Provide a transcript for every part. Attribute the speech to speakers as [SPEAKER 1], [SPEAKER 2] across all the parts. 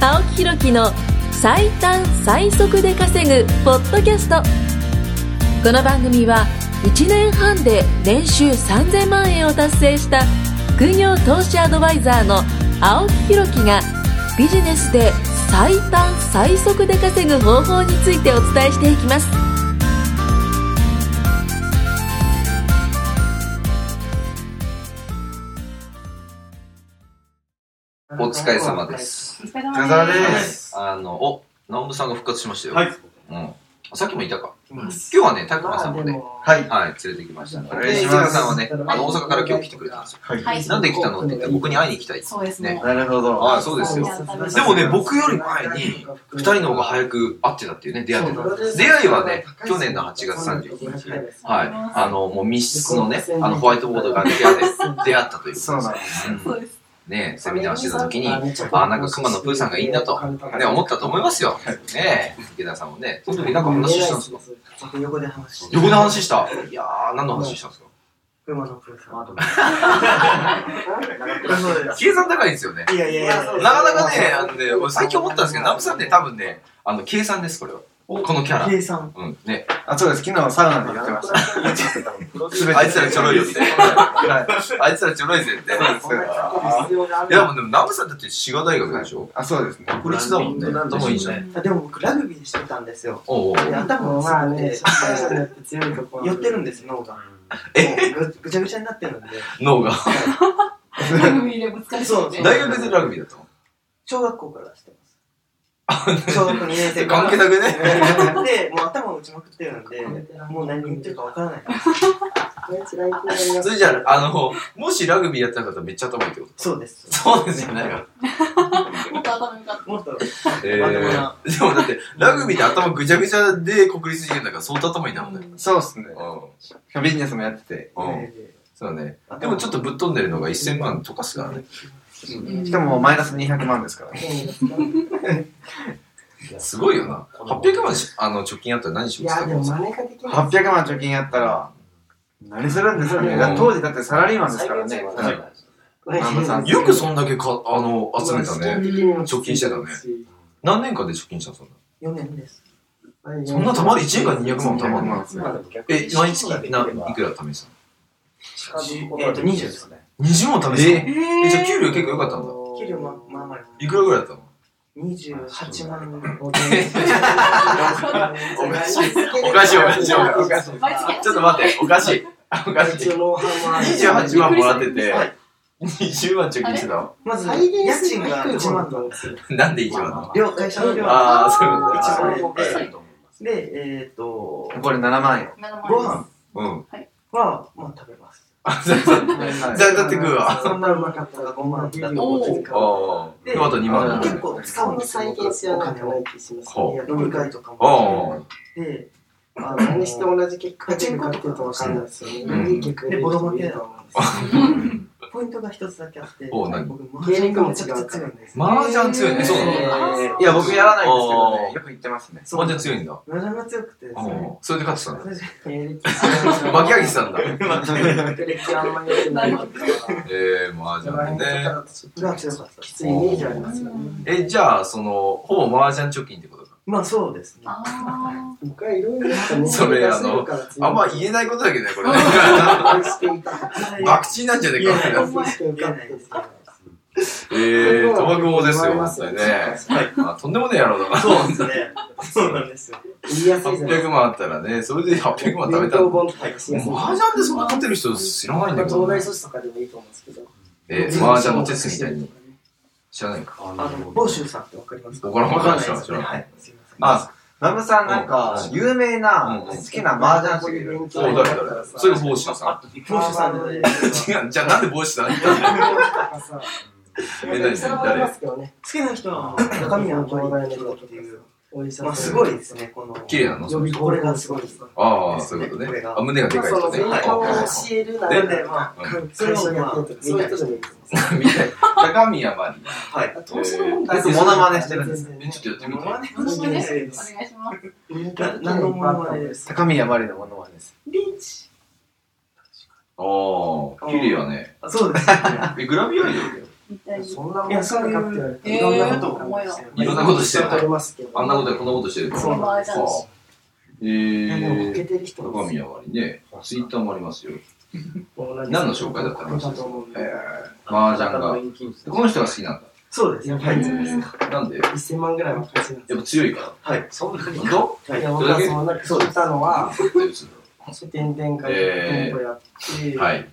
[SPEAKER 1] 青木ひろきの最短最速で稼ぐポッドキャストこの番組は1年半で年収3000万円を達成した副業投資アドバイザーの青木ひろきがビジネスで最短最速で稼ぐ方法についてお伝えしていきます
[SPEAKER 2] お疲れ様です。
[SPEAKER 3] お疲れ
[SPEAKER 4] お疲れ様
[SPEAKER 3] 様
[SPEAKER 4] で
[SPEAKER 3] です。
[SPEAKER 4] す。
[SPEAKER 2] あの、お、南部さんが復活しましたよ。
[SPEAKER 4] はい。
[SPEAKER 2] うん。さっきもいたか。
[SPEAKER 4] います
[SPEAKER 2] 今日はね、たくまさんもね、
[SPEAKER 4] はい。
[SPEAKER 2] はい、連れてきました。
[SPEAKER 4] お
[SPEAKER 2] で、
[SPEAKER 4] 願い
[SPEAKER 2] 伊
[SPEAKER 4] します
[SPEAKER 2] 沢さんはね、あの、大阪から今日来てくれたんですよ。
[SPEAKER 4] は
[SPEAKER 3] はい
[SPEAKER 2] なんで来たのって言って、僕に会いに行きたいって
[SPEAKER 3] そうです
[SPEAKER 2] ね
[SPEAKER 3] ね。
[SPEAKER 4] なるほど。
[SPEAKER 2] ああそうですよ
[SPEAKER 3] で
[SPEAKER 2] でもね、僕より前に、二人の方が早く会ってたっていうね、出会ってた。出会いはね、去年の8月31日ね。はい。あの、もう密室のね、あの、ホワイトボードが出会って、出会ったという。
[SPEAKER 4] そうなんです。
[SPEAKER 2] うん
[SPEAKER 3] そうです。
[SPEAKER 2] ねセミナーしてた時に、あ
[SPEAKER 5] あ
[SPEAKER 2] あ、なんか熊野プーさんがいいなと、ね、思ったと思いますよ。ね池田さんもね。その時なんか話したんですか
[SPEAKER 5] 横で話して
[SPEAKER 2] 横で話したいやー、何の話したんですか
[SPEAKER 5] 熊野プー さん
[SPEAKER 2] 計算高いんですよね。
[SPEAKER 5] いやいやいや
[SPEAKER 2] なかなかね、あのね、俺最近思ったんですけど、ナムさんね、多分ね、あの、計算です、これは。このキャラ。
[SPEAKER 5] 計算
[SPEAKER 2] うん、ね。
[SPEAKER 4] あ、そうです。昨日サウナでやってました。
[SPEAKER 2] あいつらちょろいよって。
[SPEAKER 4] はい。
[SPEAKER 2] あいつらちょろいぜって。
[SPEAKER 4] そうです。あ
[SPEAKER 2] いや、でも、でもナムさんだって滋賀大学でしょ
[SPEAKER 4] あ、そうですね。
[SPEAKER 2] 国立だもんね。頭いいじゃん。
[SPEAKER 5] でも僕ラグビーしてたんですよ
[SPEAKER 2] おうおう
[SPEAKER 5] で頭もまあね寄ってるんです脳がえぐちゃぐちゃになってるんで
[SPEAKER 2] 脳が。
[SPEAKER 3] ラグビーでぶつかりそうですね。
[SPEAKER 2] 大学でラグビーだったの
[SPEAKER 5] 小学校からしてます小学校2年生
[SPEAKER 2] 関係なくね。
[SPEAKER 5] でもう頭を打ちまくってるんでもう何言ってるかわからない
[SPEAKER 2] それじゃあ、あの、もしラグビーやってなかったらめっちゃ頭いいってこと
[SPEAKER 5] そうです
[SPEAKER 2] そうですよね。
[SPEAKER 3] もっと頭良かっ
[SPEAKER 5] もっと
[SPEAKER 2] えー、でもだって、ラグビーって頭ぐちゃぐちゃで国立受験だから相当頭いいんだもんね。
[SPEAKER 4] そうですね
[SPEAKER 2] う。ん。
[SPEAKER 4] ビジネスもやってて。
[SPEAKER 2] うん。そうだね。でもちょっとぶっ飛んでるのが1000万とかっすからね。
[SPEAKER 3] た。
[SPEAKER 4] しかもマイナス200万ですから。
[SPEAKER 2] すごいよな。800万しあの貯金あったら何し
[SPEAKER 6] い
[SPEAKER 2] ます
[SPEAKER 6] や、
[SPEAKER 2] か
[SPEAKER 6] でも真似ができない。
[SPEAKER 4] 800万貯金やったら、何するんですよね。だから当時だってサラリーマンですからね。
[SPEAKER 2] よくそんだけかあの集めたね。貯
[SPEAKER 6] 貯
[SPEAKER 2] 金してたね何年間で貯金したのそんな。
[SPEAKER 5] 4年です。
[SPEAKER 2] そんなたまる1年間200万もたま
[SPEAKER 4] 200
[SPEAKER 2] んの
[SPEAKER 4] 万ですね。
[SPEAKER 2] え、毎月ないくら貯めてた
[SPEAKER 5] えっと、20ですね。
[SPEAKER 2] の ?20 万貯めてたのえ、じゃあ給料結構良かったんだ。
[SPEAKER 5] 給料ま、まあまあ、
[SPEAKER 2] いくらぐらいだったの
[SPEAKER 5] 28万
[SPEAKER 2] おかしい。
[SPEAKER 6] おしい
[SPEAKER 3] 毎月
[SPEAKER 2] ちょっと待って、おかしい。おかしい。28万もらってて、20万貯金してたの
[SPEAKER 5] まず、家賃が1万なんですよ。
[SPEAKER 2] なんで1万なの
[SPEAKER 5] 両会社の量
[SPEAKER 2] ああ、そういうことだ。
[SPEAKER 5] 一万円で、えっと、
[SPEAKER 4] これ7万円。
[SPEAKER 3] 7万円
[SPEAKER 5] ご飯
[SPEAKER 2] うん。
[SPEAKER 5] は、まあ食べます。
[SPEAKER 2] じゃあ、だって食うわ。
[SPEAKER 5] そんなうまかったら5万だと思って
[SPEAKER 2] ああ。で、あと2万
[SPEAKER 5] 結構使うん
[SPEAKER 6] の
[SPEAKER 5] ですよ、
[SPEAKER 6] 再
[SPEAKER 5] お
[SPEAKER 6] 現性はなん
[SPEAKER 5] 金
[SPEAKER 6] かない
[SPEAKER 5] を。
[SPEAKER 6] 気します。
[SPEAKER 5] 飲み会とかも。
[SPEAKER 2] ああ。
[SPEAKER 5] で、あ
[SPEAKER 6] 何して同じ結果が出るかっていうと分かんないですよね。いい結果
[SPEAKER 5] で、ボロ負けだ
[SPEAKER 6] だ。
[SPEAKER 5] ポイントが一つだけあって、
[SPEAKER 2] おう何
[SPEAKER 5] 僕、マージャンがめちゃくちゃ強いんです。マ
[SPEAKER 2] 麻雀強いね。そうなの
[SPEAKER 4] いや、僕やらないんですけどね。よく言ってます ね。
[SPEAKER 2] 麻雀強いんだ。
[SPEAKER 5] ージャンが強くて、
[SPEAKER 2] う
[SPEAKER 5] それ
[SPEAKER 2] ん。それで勝ってたんだ。
[SPEAKER 6] 巻
[SPEAKER 2] 巻き上げてたんだ。
[SPEAKER 6] 歴あんまり良くない
[SPEAKER 2] えー、麻雀ね。
[SPEAKER 5] が強かったで
[SPEAKER 6] き
[SPEAKER 5] す。
[SPEAKER 6] ついイメージありますよね。
[SPEAKER 2] え、じゃあ、その、ほぼ麻雀貯金ってことか。
[SPEAKER 5] まあそうですね。
[SPEAKER 3] ああ
[SPEAKER 6] 僕はいろいろ
[SPEAKER 2] それあのあんま言えないことだけどね、これね。バクチーなんじゃねえ
[SPEAKER 5] い
[SPEAKER 2] か。えー、賭博王ですよ、本当にね。あとんでもねえ野郎だな。
[SPEAKER 5] そうですね。 そうなんですよ。
[SPEAKER 6] 言いやすいじゃない
[SPEAKER 2] 800万あったらね、それで800万貯めたら。
[SPEAKER 6] 本とかしやすい。
[SPEAKER 2] 麻雀でそんな勝てる人知らないんだけど
[SPEAKER 6] 東
[SPEAKER 2] な
[SPEAKER 6] 大。卒とかでもいいと思うんですけど。
[SPEAKER 2] えー、麻雀のチェスみたいに。知らないか。
[SPEAKER 5] あの、房州さんってわかりますか
[SPEAKER 2] わからんわかんない
[SPEAKER 5] ですね。
[SPEAKER 2] 知らん
[SPEAKER 5] はい。すいません。
[SPEAKER 4] あ、ラムさんなんか、有名な、好きな麻雀師がいる。
[SPEAKER 2] お誰誰それが帽子ださ
[SPEAKER 5] 房州さんじゃないです
[SPEAKER 2] ん。違う、じゃあなんで帽子だ
[SPEAKER 5] 好きな人は、中身は東大の人っていう。まあすごいですね、この。
[SPEAKER 2] 綺麗なの
[SPEAKER 6] 予備
[SPEAKER 5] こ
[SPEAKER 6] 校
[SPEAKER 5] れ
[SPEAKER 6] が
[SPEAKER 5] が
[SPEAKER 6] す
[SPEAKER 5] す
[SPEAKER 6] ご
[SPEAKER 5] ご
[SPEAKER 6] い
[SPEAKER 5] い
[SPEAKER 6] で
[SPEAKER 5] ですす。
[SPEAKER 2] ああ、そういうことね。あ、胸がでかい
[SPEAKER 6] そ
[SPEAKER 2] 人
[SPEAKER 6] の
[SPEAKER 2] ね。
[SPEAKER 6] 勉強を教
[SPEAKER 2] は
[SPEAKER 6] えるな
[SPEAKER 5] な
[SPEAKER 6] ら
[SPEAKER 5] んで、ま
[SPEAKER 6] 会社でやってるとそういう人でもいいと思うんです
[SPEAKER 2] い。みたい。高宮まり。
[SPEAKER 5] あ、はい。
[SPEAKER 6] よ。投資の問題
[SPEAKER 4] よくモノマネしてるんです。
[SPEAKER 2] えちょっとやってみて。
[SPEAKER 5] マネ
[SPEAKER 3] お願いし
[SPEAKER 5] で。
[SPEAKER 3] ますす。
[SPEAKER 5] 何のモノマネですか
[SPEAKER 4] 高宮まりのものはです。
[SPEAKER 5] リーチ。
[SPEAKER 2] ああ、綺麗やね。
[SPEAKER 5] あそうです。
[SPEAKER 2] え、グラビアアイドルだよ。
[SPEAKER 3] みたいに。
[SPEAKER 6] そんなもん
[SPEAKER 5] いや、そうい
[SPEAKER 6] かって言われ
[SPEAKER 5] う、
[SPEAKER 6] て
[SPEAKER 3] えー
[SPEAKER 5] いろんなことを考え
[SPEAKER 2] いろんなことしてる
[SPEAKER 5] おりますけど。
[SPEAKER 2] あんなことやこんなことしてる
[SPEAKER 5] そう
[SPEAKER 3] まああれ
[SPEAKER 2] さ
[SPEAKER 3] なんですよ
[SPEAKER 2] え
[SPEAKER 6] でも受け
[SPEAKER 2] ー、
[SPEAKER 6] てる人
[SPEAKER 2] 高宮はありね、ツイッターもありますよ。何
[SPEAKER 5] 何
[SPEAKER 2] の紹介だったの
[SPEAKER 5] だと思うん
[SPEAKER 2] え
[SPEAKER 5] で。
[SPEAKER 2] ー、麻雀が。この人が好きなん
[SPEAKER 5] そうです。
[SPEAKER 6] や
[SPEAKER 5] や
[SPEAKER 6] ば
[SPEAKER 5] ば
[SPEAKER 6] い
[SPEAKER 5] い
[SPEAKER 6] で
[SPEAKER 5] ですす。
[SPEAKER 2] だ。なんで、
[SPEAKER 5] 1000万ぐらいは稼いだんで
[SPEAKER 2] やっぱ強いか
[SPEAKER 5] はい。
[SPEAKER 6] そんな
[SPEAKER 2] ら。
[SPEAKER 6] に
[SPEAKER 2] 本当
[SPEAKER 5] す。はい
[SPEAKER 6] いや
[SPEAKER 5] 僕
[SPEAKER 6] 僕は
[SPEAKER 5] は
[SPEAKER 6] そ
[SPEAKER 5] そ
[SPEAKER 6] の中で
[SPEAKER 5] の中
[SPEAKER 6] 聞いたのは
[SPEAKER 5] 書店展開で店舗やって、
[SPEAKER 2] はい。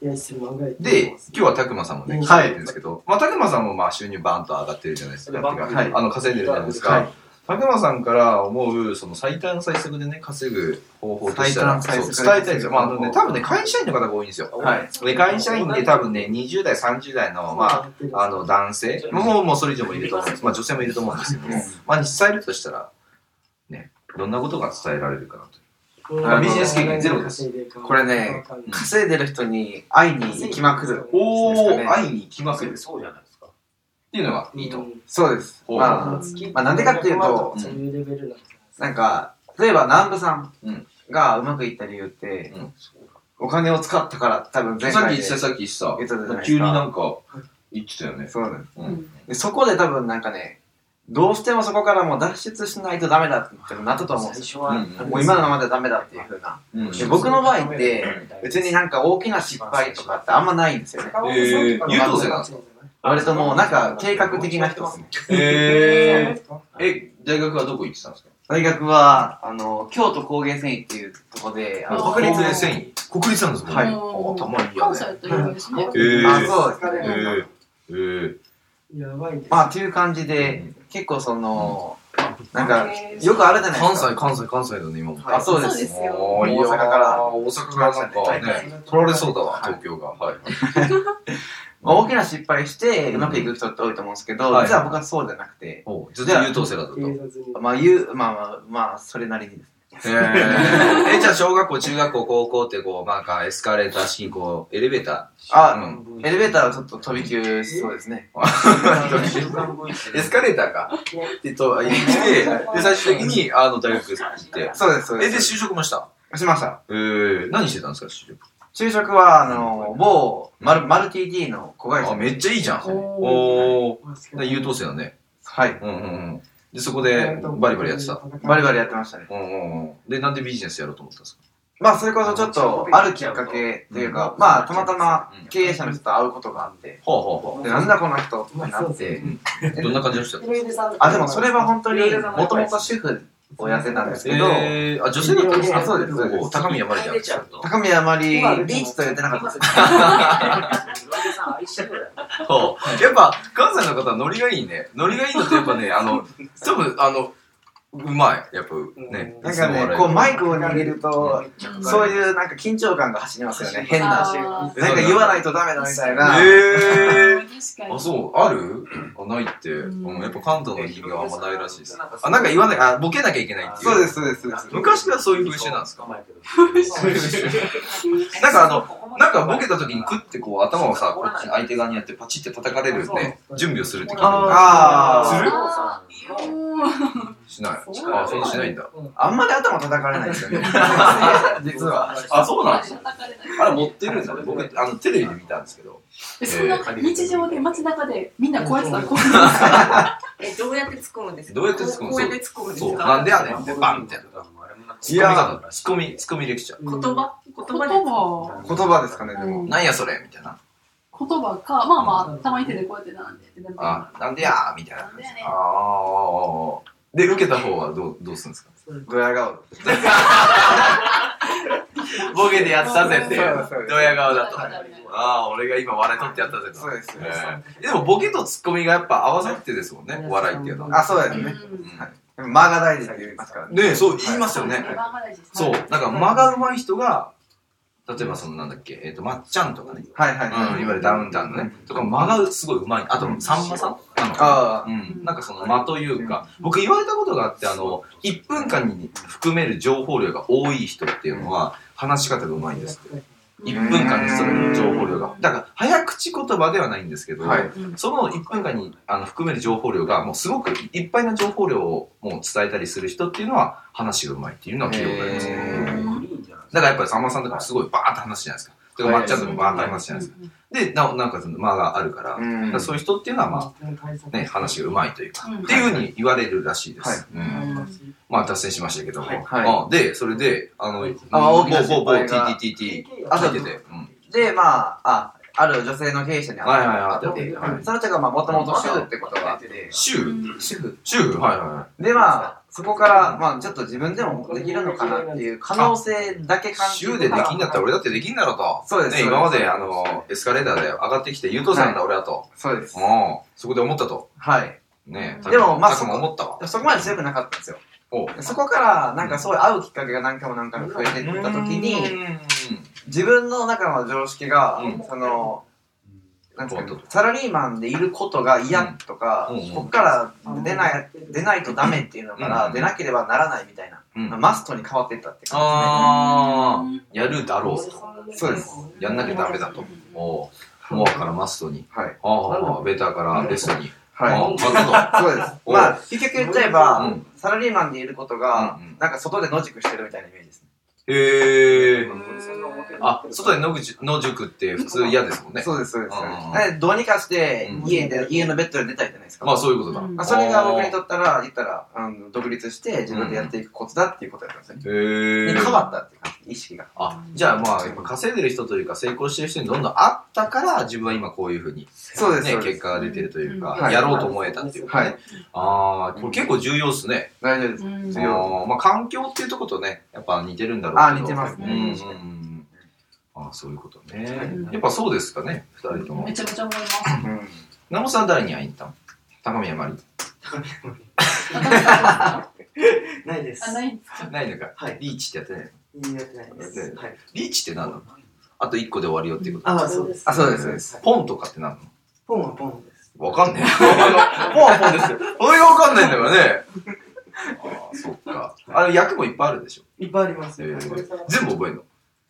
[SPEAKER 5] で1000万ぐらい
[SPEAKER 2] で、今日はたくまさんもね、来てくれてるんですけど、まあ、たくまさんもまあ収入バーンと上がってるじゃないですか。
[SPEAKER 4] バンと
[SPEAKER 2] てかあの、稼いでるじゃないですか。たくまさんから思う、その最短最速でね、稼ぐ方法としたら、
[SPEAKER 4] 最短最速
[SPEAKER 2] そう伝えたいんですよ。まあ、あのね、多分ね、会社員の方が多いんですよ。
[SPEAKER 4] はい。
[SPEAKER 2] で会社員で多分ね、20代、30代の、まあ、あの、男性、もう、もうそれ以上もいると思うんです。まあ、女性もいると思うんですけども、まあ、に伝えるとしたら、ね、どんなことが伝えられるかなと。だからビジネス経験ゼロです。
[SPEAKER 4] これね、稼いでる人に会いに行きまくる。
[SPEAKER 2] お
[SPEAKER 4] お
[SPEAKER 2] ー、
[SPEAKER 4] ー
[SPEAKER 2] 会いに行きまくる。っ
[SPEAKER 7] そうじゃないですか。
[SPEAKER 2] ていうのがい
[SPEAKER 5] い
[SPEAKER 2] いと。
[SPEAKER 4] そうです。
[SPEAKER 2] おー
[SPEAKER 4] まあ、まあなんでかっていうと
[SPEAKER 5] そういうレベルなんです
[SPEAKER 4] なんか、例えば南部さ
[SPEAKER 2] うん
[SPEAKER 4] んがうまくいった理由って、
[SPEAKER 2] うん
[SPEAKER 4] お金を使ったから多分前
[SPEAKER 2] さっ
[SPEAKER 4] 回
[SPEAKER 2] き
[SPEAKER 4] で
[SPEAKER 2] 言ってた、さっき言ってた
[SPEAKER 4] 言ってたじゃないですか
[SPEAKER 2] 急になんか言ってたよね。
[SPEAKER 4] そうなんです
[SPEAKER 2] うん。
[SPEAKER 4] でそこで多分なんかね、どうしてもそこからもう脱出しないとダメだってなったと思うんですよ。
[SPEAKER 2] うん
[SPEAKER 4] もう今のままではダメだっていうふうな。
[SPEAKER 2] うん
[SPEAKER 4] で僕の場合って、別になんか大きな失敗とかってあんまないんですよね。
[SPEAKER 2] えー優等生なんです
[SPEAKER 5] か
[SPEAKER 4] 割ともうなんか計画的な人ですね。
[SPEAKER 2] えー、え、大学はどこ行ってたんですか
[SPEAKER 4] 大学は、あの、京都工芸繊維っていうとこで、あの
[SPEAKER 3] あ国立で繊
[SPEAKER 2] 維。国立なんですもんね。
[SPEAKER 4] はい
[SPEAKER 2] お頭いいよ
[SPEAKER 3] 関
[SPEAKER 2] ね
[SPEAKER 3] 西。だといろいろですね。
[SPEAKER 2] えー、
[SPEAKER 4] あ、そうです
[SPEAKER 2] え
[SPEAKER 4] ね。
[SPEAKER 2] ー、えー、
[SPEAKER 5] やばいです。
[SPEAKER 4] まあ、っていう感じで、結構その、なんか、よくあるじゃないで
[SPEAKER 2] 関
[SPEAKER 4] すか。
[SPEAKER 2] 西、関西、関西だね、今も。
[SPEAKER 4] あ、そうです。
[SPEAKER 3] そうですよ
[SPEAKER 2] おーいいよ
[SPEAKER 4] 大阪から
[SPEAKER 2] 大阪からなんかね、取られそうだわ、東京が。はい。
[SPEAKER 4] まあ、大きな失敗してうまくいく人って多いと思うんですけど、
[SPEAKER 2] はい
[SPEAKER 4] 実は僕はそうじゃなくて、
[SPEAKER 2] おずっと優等生だったと。
[SPEAKER 5] 警察に
[SPEAKER 4] まあ言う、まあまあ、まあ、それなりにです。
[SPEAKER 2] え えじゃあ小学校、中学校、高校ってこう、なんかエスカレーター式にこう、エレベータ
[SPEAKER 4] あ、
[SPEAKER 2] うん
[SPEAKER 4] エレベーターはちょっと飛び級しそうですね。
[SPEAKER 2] ー。エスカレーターか。ってと、言って、で、最終的に、あの、大学行って。
[SPEAKER 4] そうです、そう
[SPEAKER 2] え、
[SPEAKER 4] で
[SPEAKER 2] で、
[SPEAKER 4] す。
[SPEAKER 2] 就職もした。
[SPEAKER 4] しました。
[SPEAKER 2] えー、何してたんですか、就職。
[SPEAKER 4] 昼食は、あの、某、マル、マル TT の子会社。
[SPEAKER 2] あ、めっちゃいいじゃん。お
[SPEAKER 5] お
[SPEAKER 2] ー。で 優等生だね。
[SPEAKER 4] はい。
[SPEAKER 2] うんうんうん。で、そこで、バリバリやってた。。
[SPEAKER 4] バリバリや
[SPEAKER 5] っ
[SPEAKER 4] ってましたね。
[SPEAKER 2] うんうんうん。で、なんでビジネスやろうと思ったんですか
[SPEAKER 4] まあ、それこそちょっと、あるきっかけというか、まあ、たまたま経営者の人と会うことがあって、
[SPEAKER 2] はあは
[SPEAKER 4] で、なんだこの人ってなって、
[SPEAKER 2] あはあ。どんな感じの人だっ
[SPEAKER 4] あ、でもそれは本当に、もともと主婦をやってたんです
[SPEAKER 2] た
[SPEAKER 4] けど、
[SPEAKER 2] えー、あ、女性だったんですか
[SPEAKER 4] あそうですそうです
[SPEAKER 2] お高宮まりちゃん。
[SPEAKER 4] 高宮あまり、リ
[SPEAKER 5] 今
[SPEAKER 4] ーチと言ってなかったです。
[SPEAKER 2] そう。やっぱ、関西の方はノリがいいね。ノリがいいのってやっぱね、あの、多分、あの、うまい。やっぱ、ね。
[SPEAKER 4] なんかね、こうマイクを握ると、
[SPEAKER 3] うん
[SPEAKER 4] そういうなんか緊張感が走りますよね、変な。
[SPEAKER 3] あー
[SPEAKER 4] なんか言わないとダメだみたい
[SPEAKER 2] え
[SPEAKER 4] な。
[SPEAKER 2] ー。
[SPEAKER 3] 確か
[SPEAKER 2] あ、
[SPEAKER 3] に。
[SPEAKER 2] そう、あるあないって。
[SPEAKER 3] うん
[SPEAKER 2] うん、やっぱ関東の人間はあんまないらしいです。あ、なんか言わない、あ、ボケなきゃいけないっていう。
[SPEAKER 4] そうです、そうです。そうです
[SPEAKER 2] 昔からそういう風習なんですかな
[SPEAKER 7] なんん
[SPEAKER 2] か
[SPEAKER 7] か
[SPEAKER 2] あ
[SPEAKER 7] あ
[SPEAKER 2] の、
[SPEAKER 7] の、
[SPEAKER 2] な
[SPEAKER 7] なんんか
[SPEAKER 2] かボ
[SPEAKER 7] ボ
[SPEAKER 2] ケ
[SPEAKER 7] ケ
[SPEAKER 2] た
[SPEAKER 7] た
[SPEAKER 2] 時
[SPEAKER 7] 時
[SPEAKER 2] に
[SPEAKER 7] に
[SPEAKER 2] ク
[SPEAKER 7] ク
[SPEAKER 2] ッ
[SPEAKER 7] ッ
[SPEAKER 2] てこう頭をさ、こっち相手側にやってパチって叩かれるね。準備をするって聞いた
[SPEAKER 4] あー
[SPEAKER 2] する
[SPEAKER 3] あー
[SPEAKER 2] しない。あ、そうしないんだ。
[SPEAKER 4] あんまり頭叩かれないですよね。実は。
[SPEAKER 2] あ、そうなんですよ。
[SPEAKER 3] 叩かれない
[SPEAKER 2] あれ持ってるんだね。僕、あの、テレビで見たんですけど。
[SPEAKER 3] えそんな日常で街中でみんなこうやってたらこうや
[SPEAKER 8] え、どうやって突っ込むんですか
[SPEAKER 2] どうやって突っ込む
[SPEAKER 8] こうやって突っ込むんです
[SPEAKER 2] そう、
[SPEAKER 8] か
[SPEAKER 2] なんでやねんって、バンってやった。ツッコミかと。ツッコミ、ツッコミレクチャー。
[SPEAKER 8] 言葉言
[SPEAKER 3] 言
[SPEAKER 8] 葉で突っ込
[SPEAKER 3] 葉
[SPEAKER 4] 言葉ですかね、で
[SPEAKER 3] う
[SPEAKER 4] も。
[SPEAKER 3] ん
[SPEAKER 2] なんやそれみたいな。
[SPEAKER 3] 言葉か、まあまあ、たまに手でこうやってなんで、なんか
[SPEAKER 2] あ、なんでやーみたいな
[SPEAKER 3] な
[SPEAKER 2] 感
[SPEAKER 3] ん
[SPEAKER 2] じ。
[SPEAKER 3] だよね
[SPEAKER 2] あーあーあーあー。で、受けた方はどう、どうするんですか
[SPEAKER 4] ドヤ顔。
[SPEAKER 2] ボケでやったぜって、
[SPEAKER 4] そうそう
[SPEAKER 2] ドヤ顔だと。
[SPEAKER 3] そう
[SPEAKER 2] ああー、俺が今笑い取ってやったぜと。
[SPEAKER 4] そうです。そうです
[SPEAKER 2] えーでもボケとツッコミがやっぱ合わさってですもんね、お笑いっていうのは。
[SPEAKER 4] あ、そうです
[SPEAKER 3] うん
[SPEAKER 4] ね。間が大事って言いますからね。
[SPEAKER 2] ねえ、そう言いますよね。
[SPEAKER 3] まあまあ大事です
[SPEAKER 2] そう、なんか間が上手い人が、例えばそのなんだっけ、えっ、と、まっちゃんとかね、
[SPEAKER 4] はいはい。
[SPEAKER 2] うん、いわゆるダウンタウンのね、とか間がすごい上手い。あと、さんまさんなのかな
[SPEAKER 4] あ
[SPEAKER 2] うん、なんかその間というか、僕言われたことがあって、あの、1分間に含める情報量が多い人っていうのは、話し方が上手いんですって。1分間にその情報量が。だから、早口言葉ではないんですけど、
[SPEAKER 4] はい
[SPEAKER 2] その1分間にあの含める情報量が、もうすごくいっぱいな情報量をもう伝えたりする人っていうのは、話が上手いっていうの
[SPEAKER 4] あ。
[SPEAKER 2] は聞いたことありますね。
[SPEAKER 4] えー
[SPEAKER 2] だからやっぱりさんまさんとかもすごいバーって話すじゃないですか。とか、まっちゃんとかバーンとありますじゃないですか。で、なおなんかその間があるから、だ
[SPEAKER 4] ん
[SPEAKER 2] からそういう人っていうのは、まあ、ね、話がうまいというか、っていうふうに言われるらしいです。うんまあ、達成しましたけども。
[SPEAKER 4] はいはい
[SPEAKER 2] あで、それで、あの、
[SPEAKER 4] あ大きな
[SPEAKER 2] 某某某
[SPEAKER 4] 先輩が
[SPEAKER 2] TTTT、朝出てて、うん
[SPEAKER 4] で、まあ、あ、ある女性の経営者に会
[SPEAKER 2] はいはいはい
[SPEAKER 4] 会って、
[SPEAKER 2] はいはい
[SPEAKER 4] その人がまあ、もともと主婦ってことがあって、
[SPEAKER 2] 週
[SPEAKER 4] 主婦。
[SPEAKER 2] 主婦はいはいは
[SPEAKER 4] で、まあ、そこから、まあ、ちょっと自分でもできるのかなっていう可能性だけ感
[SPEAKER 2] い。
[SPEAKER 4] じて
[SPEAKER 2] 週でできんだったら俺だってできんだろと。
[SPEAKER 4] そうです
[SPEAKER 2] ね、
[SPEAKER 4] そうです
[SPEAKER 2] 今まであの、エスカレーターで上がってきて優等生なんだ俺だと。
[SPEAKER 4] そうです。
[SPEAKER 2] うんそこで思ったと。
[SPEAKER 4] はい。
[SPEAKER 2] ね
[SPEAKER 4] でもまあ
[SPEAKER 2] たくも思ったわ。
[SPEAKER 4] そこまで強くなかったんですよ。
[SPEAKER 2] お
[SPEAKER 4] そこから、なんかそういう会うきっかけが何回も何回も増えていった時に、自分の中の常識が、
[SPEAKER 2] うん
[SPEAKER 4] その、なんていう
[SPEAKER 2] こ
[SPEAKER 4] か
[SPEAKER 2] う
[SPEAKER 4] サラリーマンでいることが嫌とか、
[SPEAKER 2] うんうん
[SPEAKER 4] こっから出ない、出ないとダメっていうのから、
[SPEAKER 2] うん
[SPEAKER 4] 出なければならないみたいな、
[SPEAKER 2] うん、うん
[SPEAKER 4] マストに変わっていったって感
[SPEAKER 2] あー、やるだろう。
[SPEAKER 4] そうです
[SPEAKER 2] やんなきゃダメだと。おうモアからマストに。
[SPEAKER 4] はい。
[SPEAKER 2] ああ、ベターからベストに。
[SPEAKER 4] じですね。
[SPEAKER 2] あ
[SPEAKER 4] は
[SPEAKER 2] あ、 なる
[SPEAKER 4] い。そうです。
[SPEAKER 2] お
[SPEAKER 4] まあ、結局言っちゃえ
[SPEAKER 2] ほど。う
[SPEAKER 4] ば、
[SPEAKER 2] ん。
[SPEAKER 4] サラリーマンでいることが
[SPEAKER 2] うんうん、
[SPEAKER 4] なんか外で野宿してるみたいなイメージですね。
[SPEAKER 2] へえ。あ
[SPEAKER 6] あ、、
[SPEAKER 2] 外
[SPEAKER 6] 外
[SPEAKER 2] で野口野塾って普通嫌ですもんね。
[SPEAKER 4] そうです、そうです。そうです
[SPEAKER 2] うんうん
[SPEAKER 4] なんでどうにかして
[SPEAKER 2] う、ん
[SPEAKER 4] 家で、家のベッドで寝たいじゃないですか。
[SPEAKER 2] まあそういうことだ。
[SPEAKER 3] うん
[SPEAKER 4] まあそれが僕にとったら、言ったら、あの独立して自分でやっていくコツだっていうことだったんですよね。
[SPEAKER 2] へ
[SPEAKER 4] で
[SPEAKER 2] え。
[SPEAKER 4] 変わったっていう感じ、意識が。
[SPEAKER 2] あ、じゃあまあ、やっぱ稼いでる人というか成功してる人にどんどん会ったから、自分は今こういうふうに、
[SPEAKER 4] そうです、
[SPEAKER 2] ね
[SPEAKER 4] そ、うで
[SPEAKER 2] 結
[SPEAKER 4] す。
[SPEAKER 2] 果が出てるというか、
[SPEAKER 4] うんはい
[SPEAKER 2] やろうと思えたっていうかね。
[SPEAKER 4] はい
[SPEAKER 2] ああ、これ結構重要ですね。
[SPEAKER 4] 大丈夫です。
[SPEAKER 3] う
[SPEAKER 2] あ
[SPEAKER 3] ん
[SPEAKER 4] 強い
[SPEAKER 2] ーまあ、環境っていうとことね、やっぱ似てるんだろう
[SPEAKER 4] あ
[SPEAKER 2] けど。
[SPEAKER 4] 似てます
[SPEAKER 2] うん
[SPEAKER 4] ね
[SPEAKER 2] うんうん。あーそういうことね
[SPEAKER 3] う。ん
[SPEAKER 2] やっぱそうですかね、二人とも
[SPEAKER 3] め。ちゃめちゃ思います。
[SPEAKER 4] うん
[SPEAKER 2] ナモさん誰に会いに行ったの高宮まり。
[SPEAKER 3] あ、
[SPEAKER 6] ないです。
[SPEAKER 3] ないんで す
[SPEAKER 2] ないのか。
[SPEAKER 6] はい
[SPEAKER 2] リーチってやってないの
[SPEAKER 6] 言い訳ないです。はい。
[SPEAKER 2] リーチって何なのあと1個で終わりよっていうこと。
[SPEAKER 6] あ、そうです。
[SPEAKER 4] あ、そうです、そうです。
[SPEAKER 2] ポンとかって何な
[SPEAKER 6] ポンはポンです。
[SPEAKER 2] のわかんねえ。 ポンはポンですよ。俺がわかんないんだからね。ああ、そっか。あれ、役もいっぱいあるでしょ。
[SPEAKER 6] いっぱいありますよ。
[SPEAKER 2] 全部覚えるの。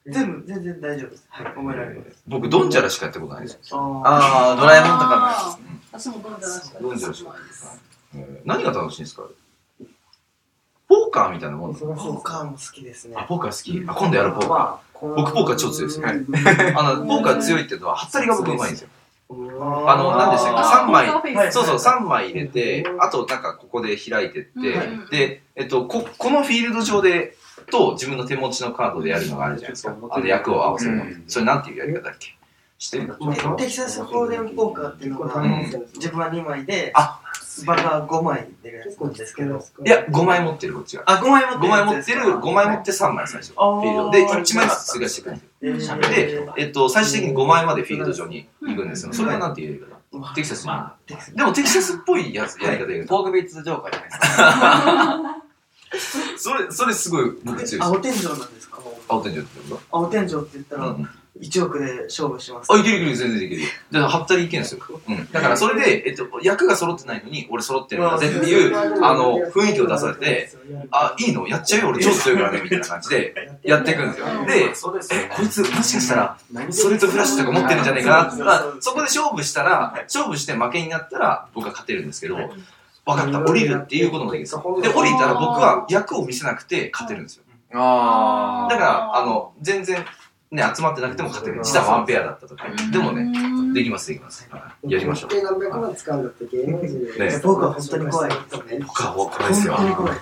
[SPEAKER 6] 全部、全然大丈夫です。はい、覚えられます。
[SPEAKER 2] 僕、ドンジャラしかやったことないです。
[SPEAKER 6] あ
[SPEAKER 4] あー、ドラえもんとか
[SPEAKER 3] も。私もドンジャラしか。
[SPEAKER 2] ドンジャラしかやったことないえー何が楽しいんですかポーカーみたいなもんなの
[SPEAKER 6] あ、ポーカーも好きですね。
[SPEAKER 2] あ、ポーカー好き。あ、今度やるポーカ
[SPEAKER 6] まあ、
[SPEAKER 2] 僕ポーカー超強いですよー。あの、ポーカー強いってのは、はったりが僕うまいんですよ。
[SPEAKER 6] あ
[SPEAKER 2] あ三枚
[SPEAKER 3] ポーカーフェイス
[SPEAKER 6] はい
[SPEAKER 2] そうそう、3枚入れて、あとなんかここで開いてって、
[SPEAKER 3] うん
[SPEAKER 2] で、えっと、こ、このフィールド上で、と自分の手持ちのカードでやるのがあるじゃないですか。あの役を合わせるの。
[SPEAKER 4] うん
[SPEAKER 2] それなんていうやり方だっけ知ってる
[SPEAKER 6] テキサスホールデンポーカーっていうのが、自分は2枚で、バカ5枚でやるんですけど、
[SPEAKER 2] いや、5枚持ってる、こっちが。
[SPEAKER 6] あ、5枚持って
[SPEAKER 2] 5枚持ってる、5枚持って3枚最初。フ
[SPEAKER 6] あー
[SPEAKER 2] ィールドで、1枚ずつ通過していくんですよ。で、えっと、最終的に5枚までフィールド上に行くんですよ。それはなんていうやり方テキサスに。でも、テキサスっぽいやつ、やり方や
[SPEAKER 4] で
[SPEAKER 2] る
[SPEAKER 4] す。ポークビーツジョーカーじゃないですか。
[SPEAKER 2] それ、それすごい僕強いです。
[SPEAKER 6] 青天井なんですか
[SPEAKER 2] 青天井ってこと
[SPEAKER 6] 青天井って言った
[SPEAKER 2] う
[SPEAKER 6] ら
[SPEAKER 2] ん
[SPEAKER 6] 1億で勝負します
[SPEAKER 2] あ、いけるいける、全然いけるよ。じゃあ、ハッタリいけんすよ。うん。だから、それで、えっと、役が揃ってないのに、俺揃ってるんだぜっていう、あの、雰囲気を出されて、あ、いいのやっちゃうよ、俺超強いからね、みたいな感じ で、やっていくんですよ。で、え、こいつ、もしかしたら、それとフラッシュとか持ってるんじゃないかな。まあ、そこで勝負したら、勝負して負けになったら、僕は勝てるんですけど、分かった、降りるっていうこともできるんですよ。で、降りたら僕は役を見せなくて勝てるんですよ。
[SPEAKER 4] あ
[SPEAKER 2] だから、あの、全然、ね、集まってなくても勝てる。実はワンペアだったとか。でもね、
[SPEAKER 3] ね
[SPEAKER 2] できます、できます。やりましょう。
[SPEAKER 5] 何百万使うんだって芸能人
[SPEAKER 2] ね
[SPEAKER 6] 僕は本当に怖いですね
[SPEAKER 2] 他は怖いですよ
[SPEAKER 6] 本。当に怖いで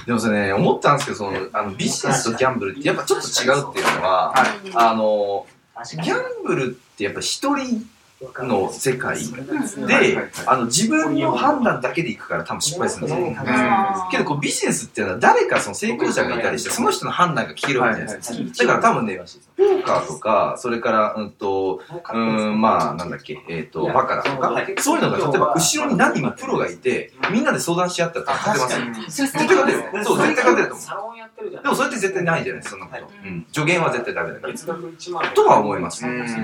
[SPEAKER 6] す
[SPEAKER 2] でもそれね、思ったんですけど、その、あの、ビジネスとギャンブルってやっぱちょっと違うっていうのは、あの、ギャンブルってやっぱ一人の世界
[SPEAKER 4] はい
[SPEAKER 2] で
[SPEAKER 4] はい、
[SPEAKER 2] あの、自分の判断だけでいくから多分失敗するんですよ。
[SPEAKER 3] あー
[SPEAKER 2] けどこうビジネスっていうのは誰かその成功者がいたりして、その人の判断が聞けるわけじゃないですか。だから多分ね、ポーカーとか、それから、うんと、うーん、まあ、なんだっけ、えっ、と、バカラとか、そういうのが、例えば、後ろに何人もプロがいて、みんなで相談し合ったら勝てますよ。
[SPEAKER 3] 出
[SPEAKER 2] 絶対
[SPEAKER 3] 産
[SPEAKER 2] 勝てるよ。そう、絶対勝てると思
[SPEAKER 7] サロンやってるじゃん。
[SPEAKER 2] う。でも、それって絶対ないじゃないですか、そんなこと。うん。助言は絶対ダメだから。っ
[SPEAKER 7] 月額1万
[SPEAKER 2] とは思います
[SPEAKER 7] うん
[SPEAKER 4] 確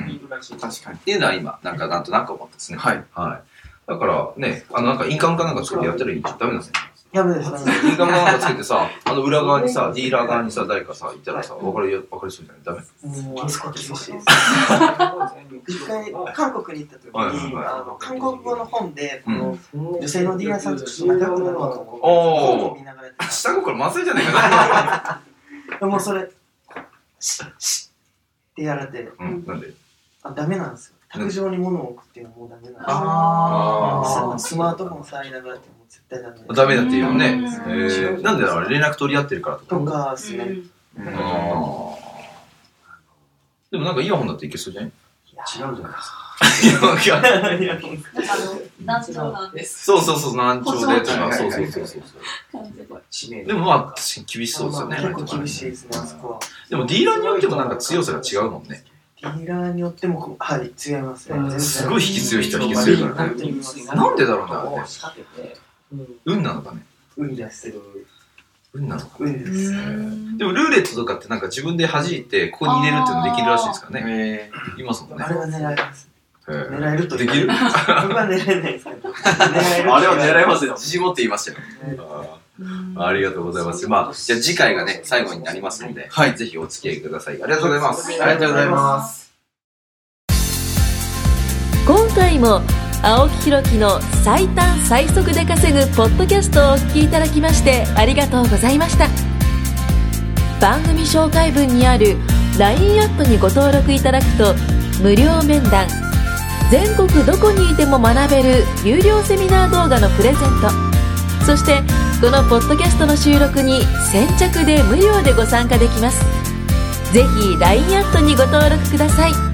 [SPEAKER 4] かに。
[SPEAKER 2] ていうのは今、なんか、なんとなく思ったですね。
[SPEAKER 4] はい。
[SPEAKER 2] はい。だから、ね、あの、なんか、印鑑かなんかつけてやったらいいじゃん。ダメなんですよ。
[SPEAKER 6] やめです
[SPEAKER 2] 印鑑かなんかつけて さ、あの、裏側にさ、ディーラー側にさ、誰かさ、いたらさ、わかりや、わかりそうじゃないダメ。
[SPEAKER 6] もうあそこ厳しいです一回韓国に行った時にあの韓国語の本でこの女性のディーラーさんとちょっと仲良くなろうと思って本を見ながらやってました
[SPEAKER 2] 下心まずいじゃないかな。
[SPEAKER 6] でもそれ、し、し、ってやられて、
[SPEAKER 2] うん、なんで
[SPEAKER 6] あ、ダメなんですよ。卓上に物を置くっていうのはもうダメなんですよ。
[SPEAKER 2] あー
[SPEAKER 6] そのスマートフォン触りながらってもう絶対ダメです。
[SPEAKER 2] ダメだっていうのね。
[SPEAKER 3] うん
[SPEAKER 2] えーなんでだろう連絡取り合ってるからとか。
[SPEAKER 6] とかですね。
[SPEAKER 2] あーでもなんかイヤホンだっていけそうじゃない
[SPEAKER 5] 違うじゃないですか。
[SPEAKER 2] いやいや
[SPEAKER 3] なんかあの、難聴なんです。
[SPEAKER 2] そうそうそう、難聴でと
[SPEAKER 5] はいはい
[SPEAKER 2] か、
[SPEAKER 5] はい
[SPEAKER 2] そうそうそうそう。
[SPEAKER 3] 感じが
[SPEAKER 5] 知名
[SPEAKER 2] でもまあ、確かに厳しそうですよね。
[SPEAKER 6] 結構厳しい
[SPEAKER 2] い。
[SPEAKER 6] ですね、あそこは。
[SPEAKER 2] でもディーラーによってもなんか強さが違うもんね。
[SPEAKER 6] ディーラーによってもこう、はい、違いますね。全然
[SPEAKER 2] すごい引き強い人は引き強いからね。なんでだろうな、ね、
[SPEAKER 5] うん。
[SPEAKER 2] 運なのかね。
[SPEAKER 6] 運です。
[SPEAKER 2] 運なのかね。
[SPEAKER 6] 運です。
[SPEAKER 2] でもルーレットとかってなんか自分で弾いて、ここに入れるっていうのできるらしいですからね。
[SPEAKER 4] え
[SPEAKER 2] いますもんね
[SPEAKER 6] あ。れは狙えます。
[SPEAKER 2] えー
[SPEAKER 6] 狙えると
[SPEAKER 2] できる
[SPEAKER 6] 僕は狙えないですけ ど。狙える。
[SPEAKER 2] すよ。自信持って言いましたよ。あーありがとうございます。まあ、じゃあ次回がね、最後になりますので、はい、ぜひお付き合いください。ありがとうございます。
[SPEAKER 8] ありがとうござい
[SPEAKER 2] す。
[SPEAKER 1] 今回も青木ひろきの最短最速で稼ぐポッドキャストをお聞きいただきましてありがとうございました番組紹介文にある LINE アップにご登録いただくと無料面談全国どこにいても学べる有料セミナー動画のプレゼントそしてこのポッドキャストの収録に先着で無料でご参加できますぜひ LINE アットにご登録ください